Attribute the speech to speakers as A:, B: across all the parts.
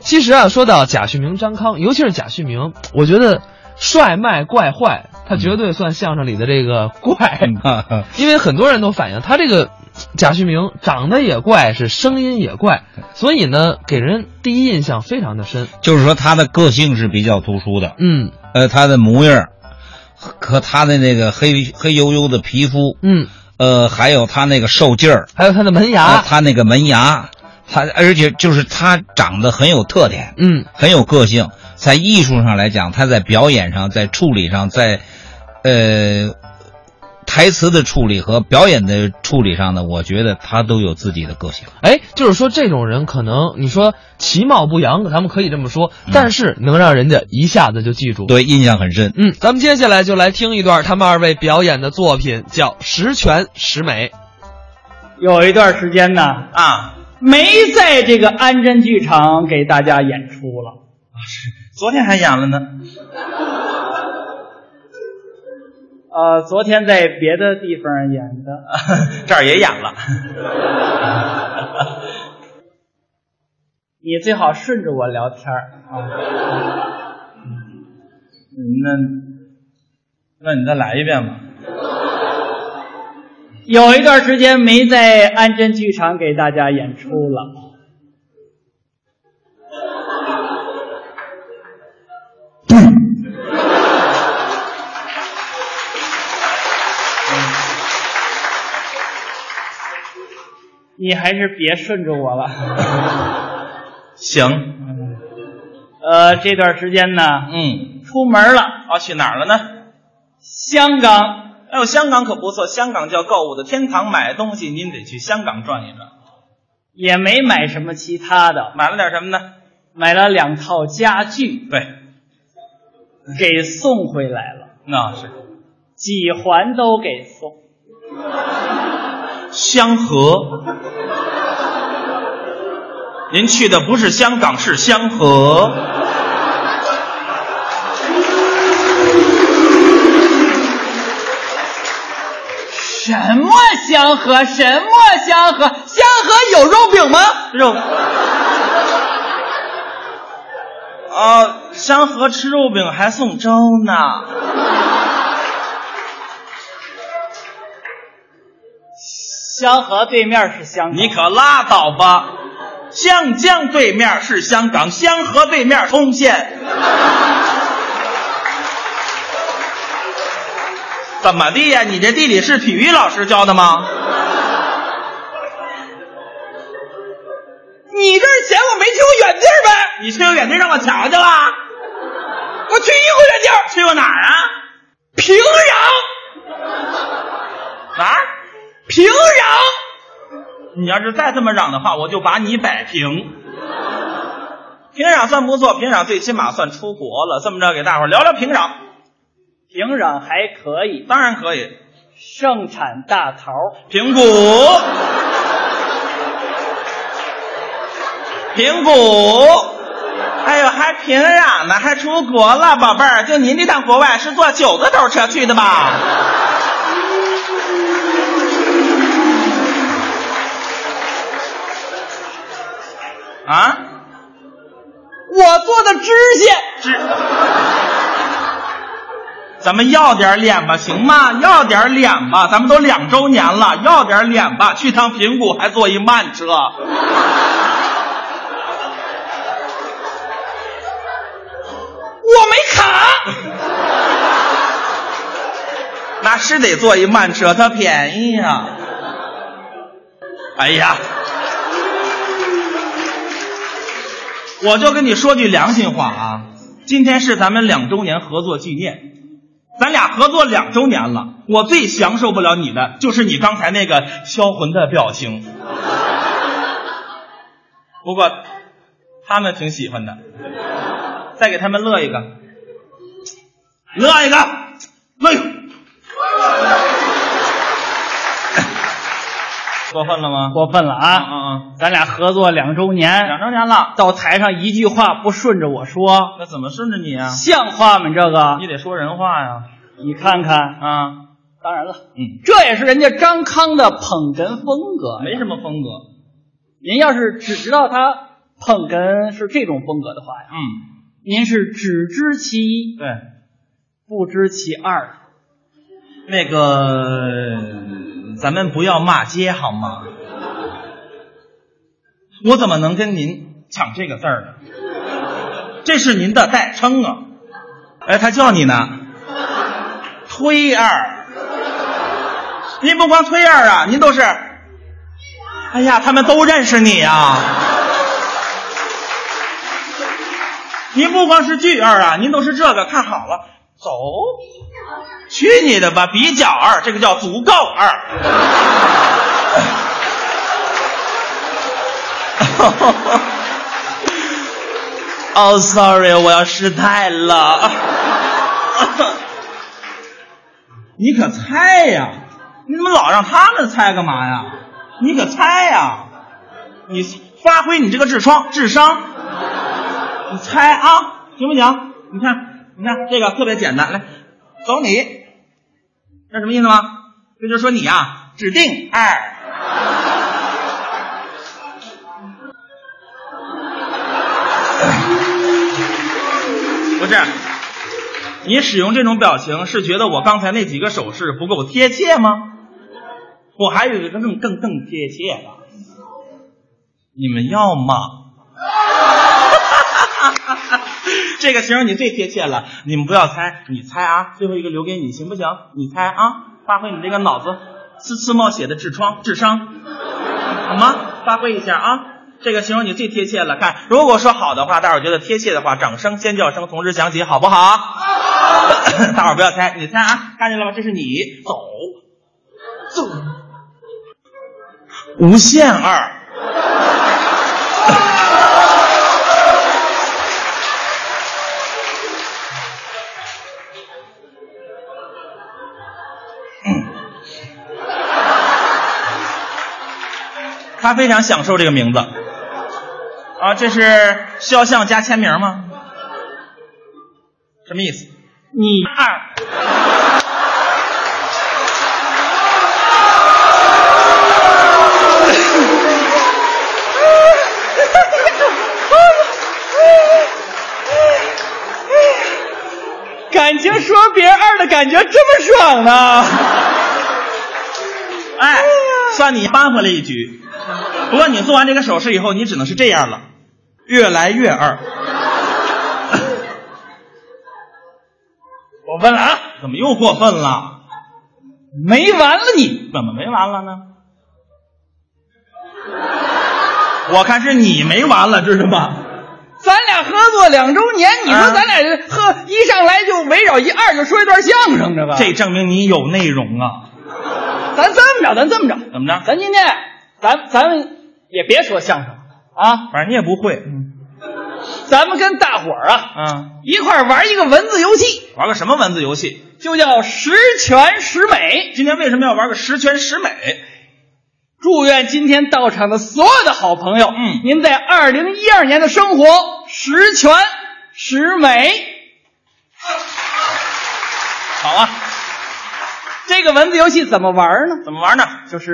A: 其实啊，说到贾旭明、张康，尤其是贾旭明，我觉得帅卖怪坏，他绝对算相声里的这个怪，
B: 嗯
A: 因为很多人都反映他这个贾旭明长得也怪，是声音也怪，所以呢，给人第一印象非常的深。
B: 就是说他的个性是比较突出的，
A: 嗯
B: 呃，他的模样儿和他的那个黑黑黝黝的皮肤，
A: 嗯，
B: 呃，还有他那个兽劲儿，
A: 还有他的门
B: 啊，
A: 牙，
B: 他那个门牙，他而且就是他长得很有特点，
A: 嗯
B: 很有个性，在艺术上来讲，他在表演上，在处理上，在呃台词的处理和表演的处理上呢，我觉得他都有自己的个性。
A: 哎，就是说这种人可能你说其貌不扬，咱们可以这么说，但是能让人家一下子就记住。
B: 对，印象很深。
A: 嗯，咱们接下来就来听一段他们二位表演的作品，叫《十全十美》。
C: 有一段时间呢，
D: 啊，
C: 没在这个安贞剧场给大家演出了。
D: 啊昨天还演了呢。
C: 呃，昨天在别的地方演的，
D: 这儿也演了。
C: 你最好顺着我聊天 儿啊。
D: 那，嗯那你再来一遍吧。
C: 有一段时间没在安贞剧场给大家演出了。嗯你还是别顺着我了。
D: 行，
C: 呃，这段时间呢，
D: 嗯，
C: 出门了，
D: 啊，去哪儿了呢？
C: 香港。
D: 哎呦，香港可不错，香港叫购物的天堂，买东西您得去香港转一转。
C: 也没买什么其他的，
D: 买了点什么呢？
C: 买了两套家具
D: 对，
C: 给送回来了，
D: 那是
C: 几环都给送。
D: 香河。您去的不是香港，是香河。
C: 什么香河？什么香河？香河有肉饼吗？
D: 肉。啊，香河吃肉饼还送粥呢。
C: 香河对面是香啊港，
D: 你可拉倒吧！湘江对面是香港，香河对面通 县。怎么的呀？你这地理是体育老师教的吗？
C: 你这是嫌我没去过远地儿呗？
D: 你去过远地让我瞧瞧啊！我去一回远地儿，去过哪儿啊？
C: 平壤，
D: 哪儿？
C: 平壤，
D: 你要是再这么嚷的话，我就把你摆平。平壤算不错，平壤最起码算出国了。这么着，给大伙儿聊聊平壤，
C: 平壤还可以，
D: 当然可以。
C: 盛产大桃儿。
D: 平谷，平谷，哎呦，还平壤呢，还出国了，宝贝儿，就您这趟国外是坐九个头车去的吧？啊？
C: 我做的知县。
D: 这，咱们要点脸吧，行吗？要点脸吧，咱们都两周年了，要点脸吧。去趟平谷还坐一慢车，
C: 我没卡，
D: 那是得坐一慢车，它便宜呀、哎呀，我就跟你说句良心话啊，今天是咱们两周年合作纪念。咱俩合作两周年了，我最享受不了你的就是你刚才那个销魂的表情。 不过，他们挺喜欢的，再给他们乐一个，乐一个，乐一个。过分了吗？
C: 过分了
D: 啊
C: 啊！
D: 啊啊！
C: 咱俩合作两周
D: 两
C: 年，
D: 周年了，
C: 到台上一句话不顺着我说，
D: 那怎么顺着你啊？
C: 像话吗？这个
D: 你得说人话呀！
C: 你看看，
D: 啊，
C: 当然了，
D: 嗯，
C: 这也是人家张康的捧哏风格。
D: 没什么风格。
C: 您要是只知道他碰哏是这种风格的话呀，
D: 嗯，
C: 您是只知其一，
D: 对，
C: 不知其二。
D: 那个咱们不要骂街好吗？我怎么能跟您抢这个字儿呢？这是您的代称啊！哎，他叫你呢，推二。您不光推二啊，您都是，哎呀，他们都认识你啊！您不光是巨二啊，您都是这个，看好了，走。去你的吧！比较二，这个叫足够二。 哦、s o r r y 我要失态了。 你可猜呀！你怎么老让他们猜干嘛呀？你可猜呀！你发挥你这个智商，智商，你猜啊，行不行？你看，你看这个特别简单，来，走你，这什么意思吗？这就是说你呀、指定哎二。不是，你使用这种表情是觉得我刚才那几个手势不够贴切吗？我还有一个更更更贴切的，你们要吗？ 这个形容你最贴切了，你们不要猜，你猜啊，最后一个留给你，行不行？你猜啊，发挥你这个脑子刺刺冒血的痔疮智商，好吗？发挥一下啊，这个形容你最贴切了。看，如果说好的话，大伙儿觉得贴切的话，掌声、尖叫声同时响起，好不好？ 大伙儿不要猜，你猜啊，看见了吗？这是你，走，走，无限二。他非常享受这个名字。啊，这是肖像加签名吗？什么意思？
C: 你
D: 二。
C: 感情说别人二的感觉这么爽呢？
D: 哎，算你扳回来一局。不过你做完这个手势以后，你只能是这样了，越来越二。过分了啊！怎么又过分了？
C: 没完了你！
D: 怎么没完了呢？我看是你没完了，知道吗？
C: 咱俩合作两周年，你说
D: 啊
C: 咱俩这喝一上来就围绕一二就说一段相声，这个
D: 这证明你有内容啊！
C: 咱这么着，咱这么着，
D: 怎么着？
C: 咱今天咱咱们也别说相声了啊，
D: 反正你也不会，
C: 咱们跟大伙儿啊
D: 啊，
C: 一块儿玩一个文字游戏，
D: 玩个什么文字游戏？
C: 就叫十全十美。
D: 今天为什么要玩个十全十美？
C: 祝愿今天到场的所有的好朋友，
D: 嗯
C: 您在二零一二年的生活十全十美。
D: 好啊，
C: 这个文字游戏怎么玩呢？
D: 怎么玩呢？
C: 就是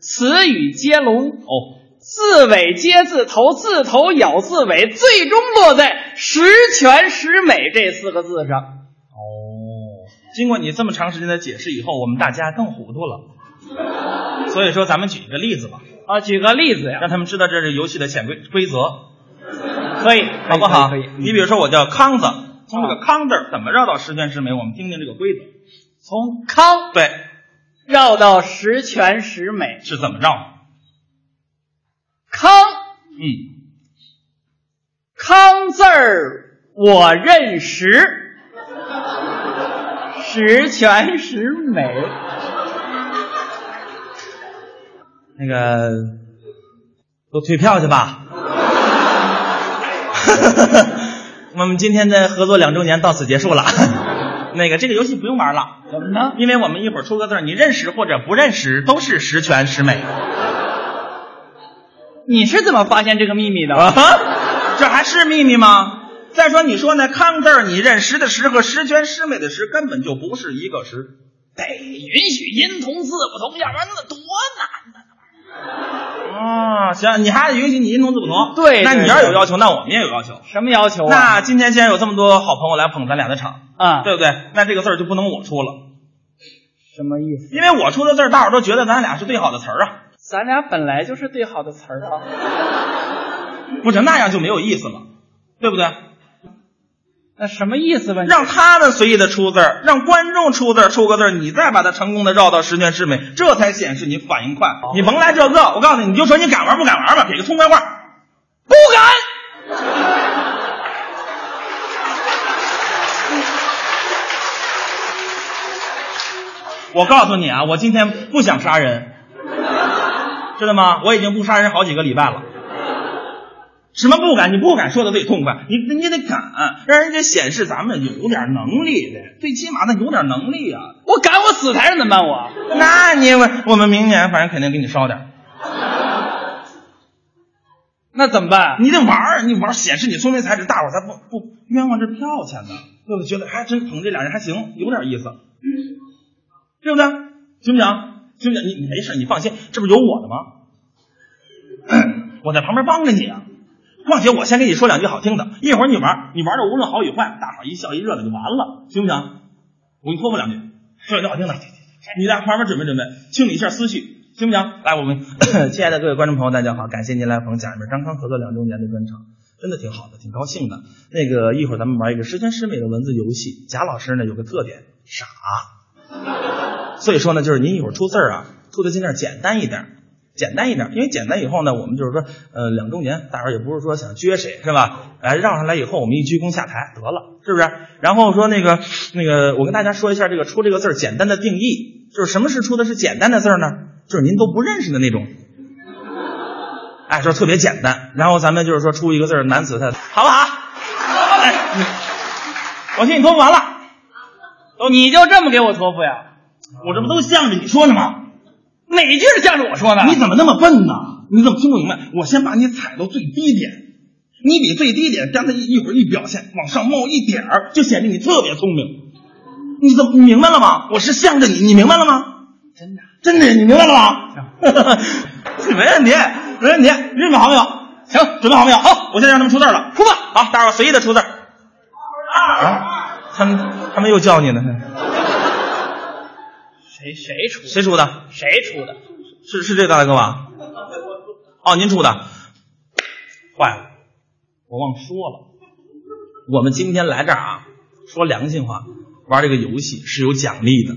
C: 词语接龙，
D: 哦，
C: 字尾接字头，字头咬字尾，最终落在“十全十美”这四个字上。
D: 哦，经过你这么长时间的解释以后，我们大家更糊涂了。所以说，咱们举一个例子吧，
C: 啊，举个例子呀，
D: 让他们知道这是游戏的潜规 规则，
C: 可以，
D: 好不好？
C: 可以，可以嗯啊
D: 你比如说，我叫康子，从这个康字儿怎么绕到十全十美，我们听听这个规则。
C: 从康
D: 对，
C: 绕到十全十美，
D: 是怎么绕？
C: 康
D: 嗯，
C: 康字儿我认识，十全十美。
D: 那个都退票去吧。 我们今天的合作两周年到此结束了。 那个这个游戏不用玩了。
C: 怎么呢？
D: 因为我们一会儿出个字儿，你认识或者不认识都是十全十美
C: 你是怎么发现这个秘密的？
D: 啊， 这还是秘密吗？再说你说那康字儿，你认识的十和十全十美的十根本就不是一个十。
C: 啊得允许音同字不同，要不然那多难呢、
D: 啊，行，你还允许你音同字不同，
C: 对
D: 那
C: 对
D: 你要是有
C: 对
D: 要求，那我们也有要求。
C: 什么要求啊？
D: 那今天既然有这么多好朋友来捧咱俩的场，
C: 啊，
D: 对不对？那这个字儿就不能我出了，
C: 什么意思？
D: 因为我出的字儿，大伙儿都觉得咱俩是对好的词儿啊，
C: 咱俩本来就是对好的词儿啊，
D: 不是那样就没有意思了，对不对？
C: 那什么意思吧？
D: 让他们随意的出字儿，让观众出字儿，出个字儿，你再把它成功的绕到十全十美，这才显示你反应快。
C: 哦
D: 你甭来这个，我告诉你，你就说你敢玩不敢玩吧，给个痛快话，不敢。 我告诉你啊，我今天不想杀人， 知道吗？我已经不杀人好几个礼拜了。什么不敢？你不敢说的最痛快，你你得敢，让人家显示咱们有点能力的，最起码的有点能力啊。
C: 我赶我死台上怎么办？我
D: 那你们我们明年反正肯定给你烧点儿，
C: 那怎么办？
D: 你得玩儿，你玩儿显示你聪明才智，大伙儿才不不冤枉这票钱呢，对不对？觉得还真捧这俩人还行，有点意思，对不对？行不行？行不行？你你没事，你放心，这不是有我的吗？ 我在旁边帮着你啊。况且我先给你说两句好听的，一会儿你玩儿，你玩的无论好与坏，大伙儿一笑一热的就完了，行不行？我给你托付两句，说两句好听的，你在旁边准备准备，清理一下思绪，行不行？来，我们亲爱的各位观众朋友，大家好，感谢您来捧贾一本张康合作两周年的专场，真的挺好的，挺高兴的。那个一会儿咱们玩一个十全十美的文字游戏，贾老师呢有个特点，傻，所以说呢，就是您一会儿出字儿啊，出的尽量简单一点儿。简单一点儿，因为简单以后呢，我们就是说，呃，两周年，大伙儿也不是说想撅谁，是吧？哎，让上来以后，我们一鞠躬下台得了，是不是？然后说那个那个，我跟大家说一下这个“出”这个字儿简单的定义，就是什么是出的是简单的字儿呢？就是您都不认识的那种。哎，说特别简单，然后咱们就是说出一个字儿难死他，好不好？哎，你我替你托付完了，
C: 你就这么给我托付呀？
D: 我这不都向着你说呢吗？
C: 哪句是向着我说的？
D: 你怎么那么笨呢？你怎么听不明白？我先把你踩到最低点，你比最低点刚才一一会儿一表现往上冒一点儿，就显得你特别聪明。你怎么你明白了吗？我是向着你，你明白了吗？真的，真的，你明白了吗？ 没问题，没问题，日本好没有？行，准备好没有？好，我现在让他们出字儿了，出吧！好，大伙儿随意的出字儿。啊，他们他们又叫你呢，
C: 谁谁出
D: 谁出的？
C: 谁出的？
D: 是是这大大哥吧？哦，您出的，坏了，我忘说了。我们今天来这儿啊，说良心话，玩这个游戏是有奖励的，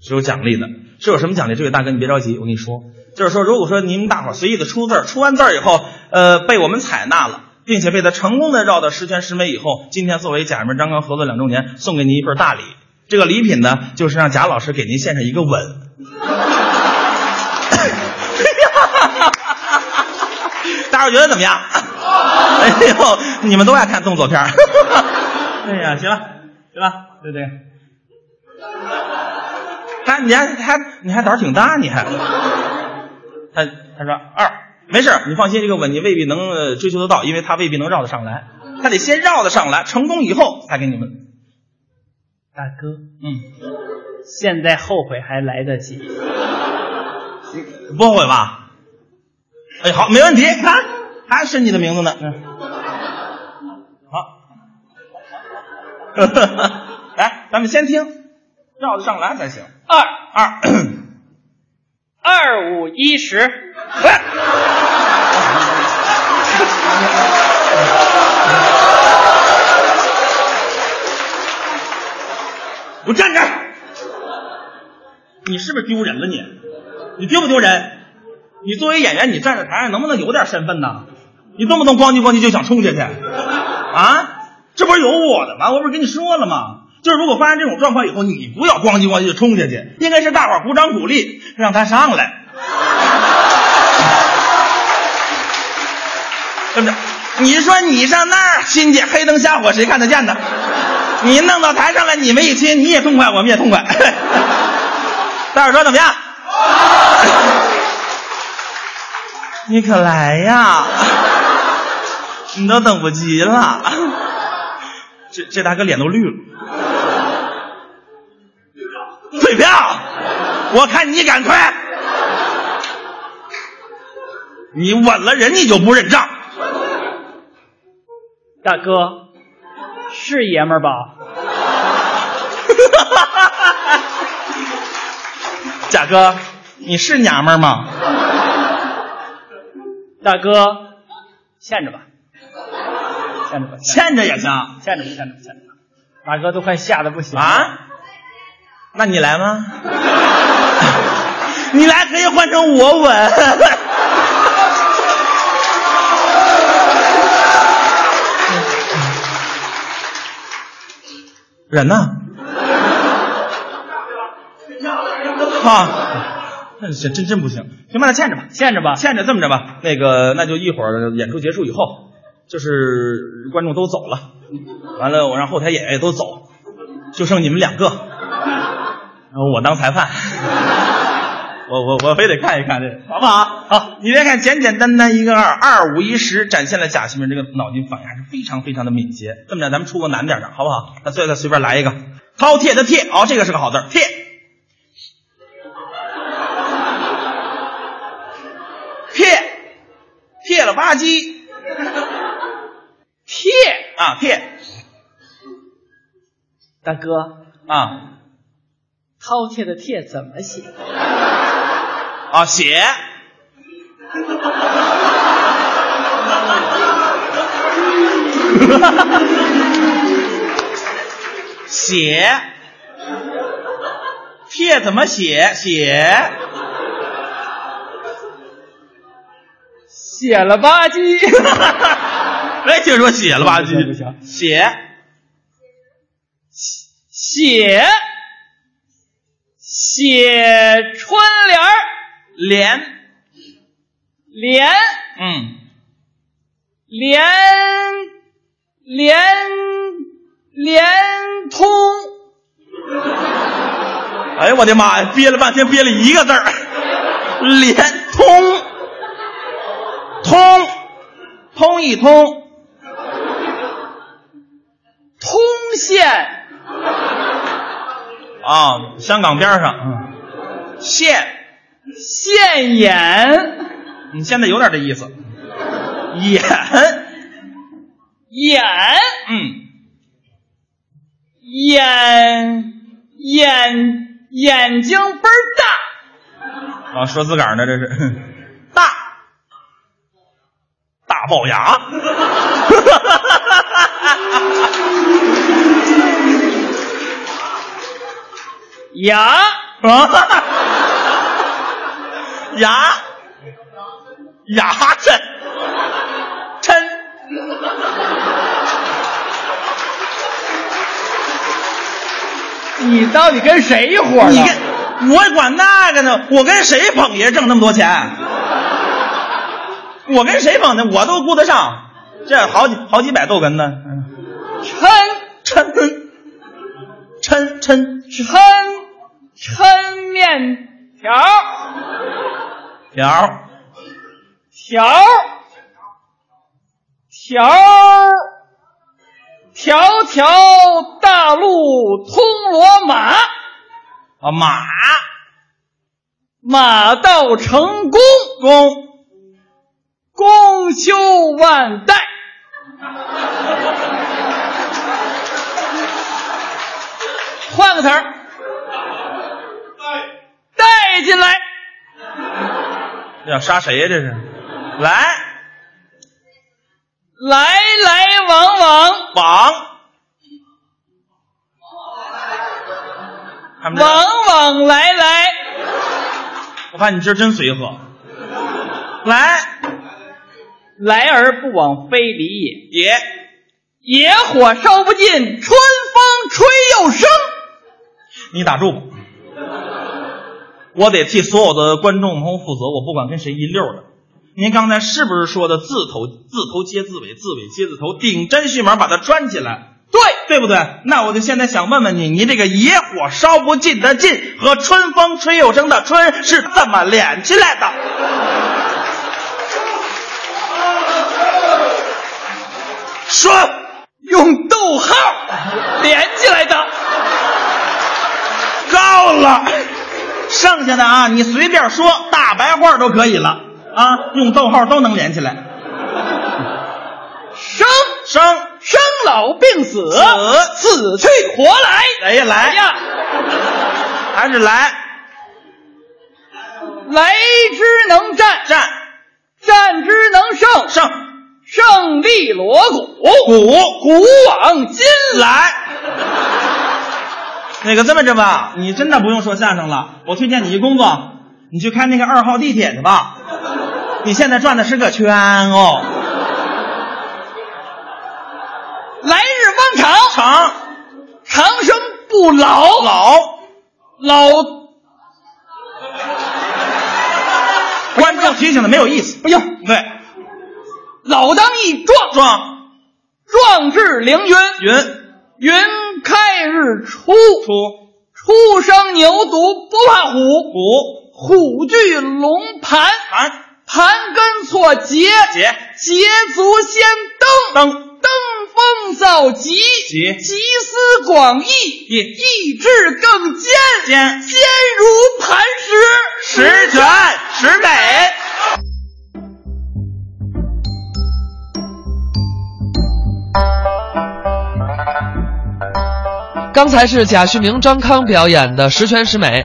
D: 是有奖励的，是有什么奖励？这位大哥你别着急，我跟你说，就是说，如果说您大伙儿随意的出字儿，出完字儿以后，呃，被我们采纳了。并且被他成功的绕到十全十美以后，今天作为贾门张刚合作两周年，送给您一份大礼。这个礼品呢，就是让贾老师给您献上一个吻。 大伙儿觉得怎么样？ 哎呦，你们都爱看动作片儿。 哎呀，行了，行了，就这样。他你还还你还胆儿挺大，你还。他他说二没事儿，你放心，这个吻你未必能呃追求得到，因为他未必能绕得上来，他得先绕得上来，成功以后才给你们。
C: 大哥，
D: 嗯，
C: 现在后悔还来得及。
D: 不后悔吧？哎，好，没问题，看还是你的名字呢。嗯，好， 来，咱们先听，绕得上来才行。
C: 二
D: 二，
C: 二五一十，
D: 我站这儿。你是不是丢人了你？你丢不丢人？你作为演员，你站在台上能不能有点身份呢？你动不动咣叽咣叽就想冲下去，啊？这不是有我的吗？我不是跟你说了吗？就是如果发生这种状况以后，你不要咣叽咣叽就冲下去，应该是大伙儿鼓掌鼓励，让他上来，对不对？你说你上那儿亲去，黑灯瞎火，谁看得见呢？你弄到台上来，你们一亲，你也痛快，我们也痛快。 大伙儿说怎么样？你可来呀！你都等不及了。这这大哥脸都绿了。退票！我看你敢退。你吻了人，你就不认账。
C: 大哥，是爷们儿吧？
D: 贾哥，你是娘们儿吗？
C: 大哥，欠着吧， 欠着吧，
D: 欠着也行
C: 欠着吧，欠着吧，欠着吧。大哥都快吓得不行了！
D: 啊？那你 来吗？你来可以换成我吻。人呢？啊，这真真不行，行吧，那欠着吧，
C: 欠着吧，
D: 欠着这么着吧，那个那就一会儿演出结束以后，就是观众都走了，完了我让后台演员也都走，就剩你们两个，然后我当裁判， 我我我非得看一看这个好不好？好，你别看简简单单一个二二五一十，展现了贾西明这个脑筋反应还是非常非常的敏捷。这么着，咱们出个难点的好不好？那最后随便来一个饕餮的餮，哦，这个是个好字儿，餮。撇，撇了吧唧
C: 贴。
D: 啊，撇
C: 大哥，
D: 啊
C: 饕餮的餮怎么写？
D: 啊写，写，撇怎么写？写
C: 写了吧唧，
D: 没哎听说写了吧唧，
C: 不行不行
D: 写
C: 写写春联儿
D: 连，
C: 联
D: 嗯，
C: 联联联通
D: 哎呦我的妈呀，憋了半天憋了一个字儿，连通，通，通一通。
C: 通县
D: 啊，香港边上，嗯，现，
C: 现眼
D: 你现在有点这意思，眼，
C: 眼
D: 嗯，
C: 眼眼眼睛倍儿大，
D: 啊，说自个儿呢，这是大，大龅牙，
C: 牙
D: 啊，牙，牙碜，碜，
C: 你到底跟谁一伙儿
D: 你
C: 呢？
D: 跟我管那个呢？我跟谁捧爷挣那么多钱？我跟谁捧的？我都顾得上，这好几好几百豆根呢。嗯
C: 抻
D: 抻抻抻
C: 抻抻面条儿
D: 条儿
C: 条儿条儿条条大路通罗马，
D: 啊马
C: 马到成功，
D: 公
C: 功修万代。 换个词儿，带进来，
D: 这要杀谁呀？这是来
C: 来来往往，
D: 往他们这
C: 往往来来。
D: 我看你今儿真随和来
C: 来而不往非礼也。
D: 也
C: 野火烧不尽，春风吹又生。
D: 你打住吧。我得替所有的观众朋友负责，我不管跟谁一溜儿的。您刚才是不是说的字头字头接字尾，字尾接字头，顶针续卯把它拴起来？
C: 对，
D: 对不对？那我就现在想问问你，你这个野火烧不尽的尽和春风吹又生的春是怎么连起来的？说，
C: 用逗号连起来的。
D: 够了，剩下的啊，你随便说，大白话都可以了。啊，用逗号都能连起来。
C: 生
D: 生，
C: 生老病死，死去活来。
D: 哎呀来
C: 哎呀，
D: 还是来
C: 来之能战，
D: 战
C: 战之能胜，
D: 胜
C: 胜利锣鼓，
D: 鼓
C: 古往今来。
D: 那个这么着吧，你真的不用说相声了，我推荐你一工作，你去开那个二号地铁去吧。你现在转的是个圈哦，
C: 来日方长，
D: 长
C: 长生不老，
D: 老
C: 老
D: 观众提醒的没有意思。
C: 哎呦，
D: 对，
C: 老当益壮，
D: 壮
C: 壮志凌云，
D: 云
C: 云开日出，
D: 出
C: 初生牛犊不怕虎，
D: 虎
C: 虎踞龙盘，
D: 盘
C: 盘根错节，
D: 节
C: 捷足先登，
D: 登
C: 登峰造极，
D: 极
C: 集思广益，意志更坚，
D: 坚
C: 坚如磐石，
D: 十全十美。
A: 刚才是贾旭明、张康表演的《十全十美》。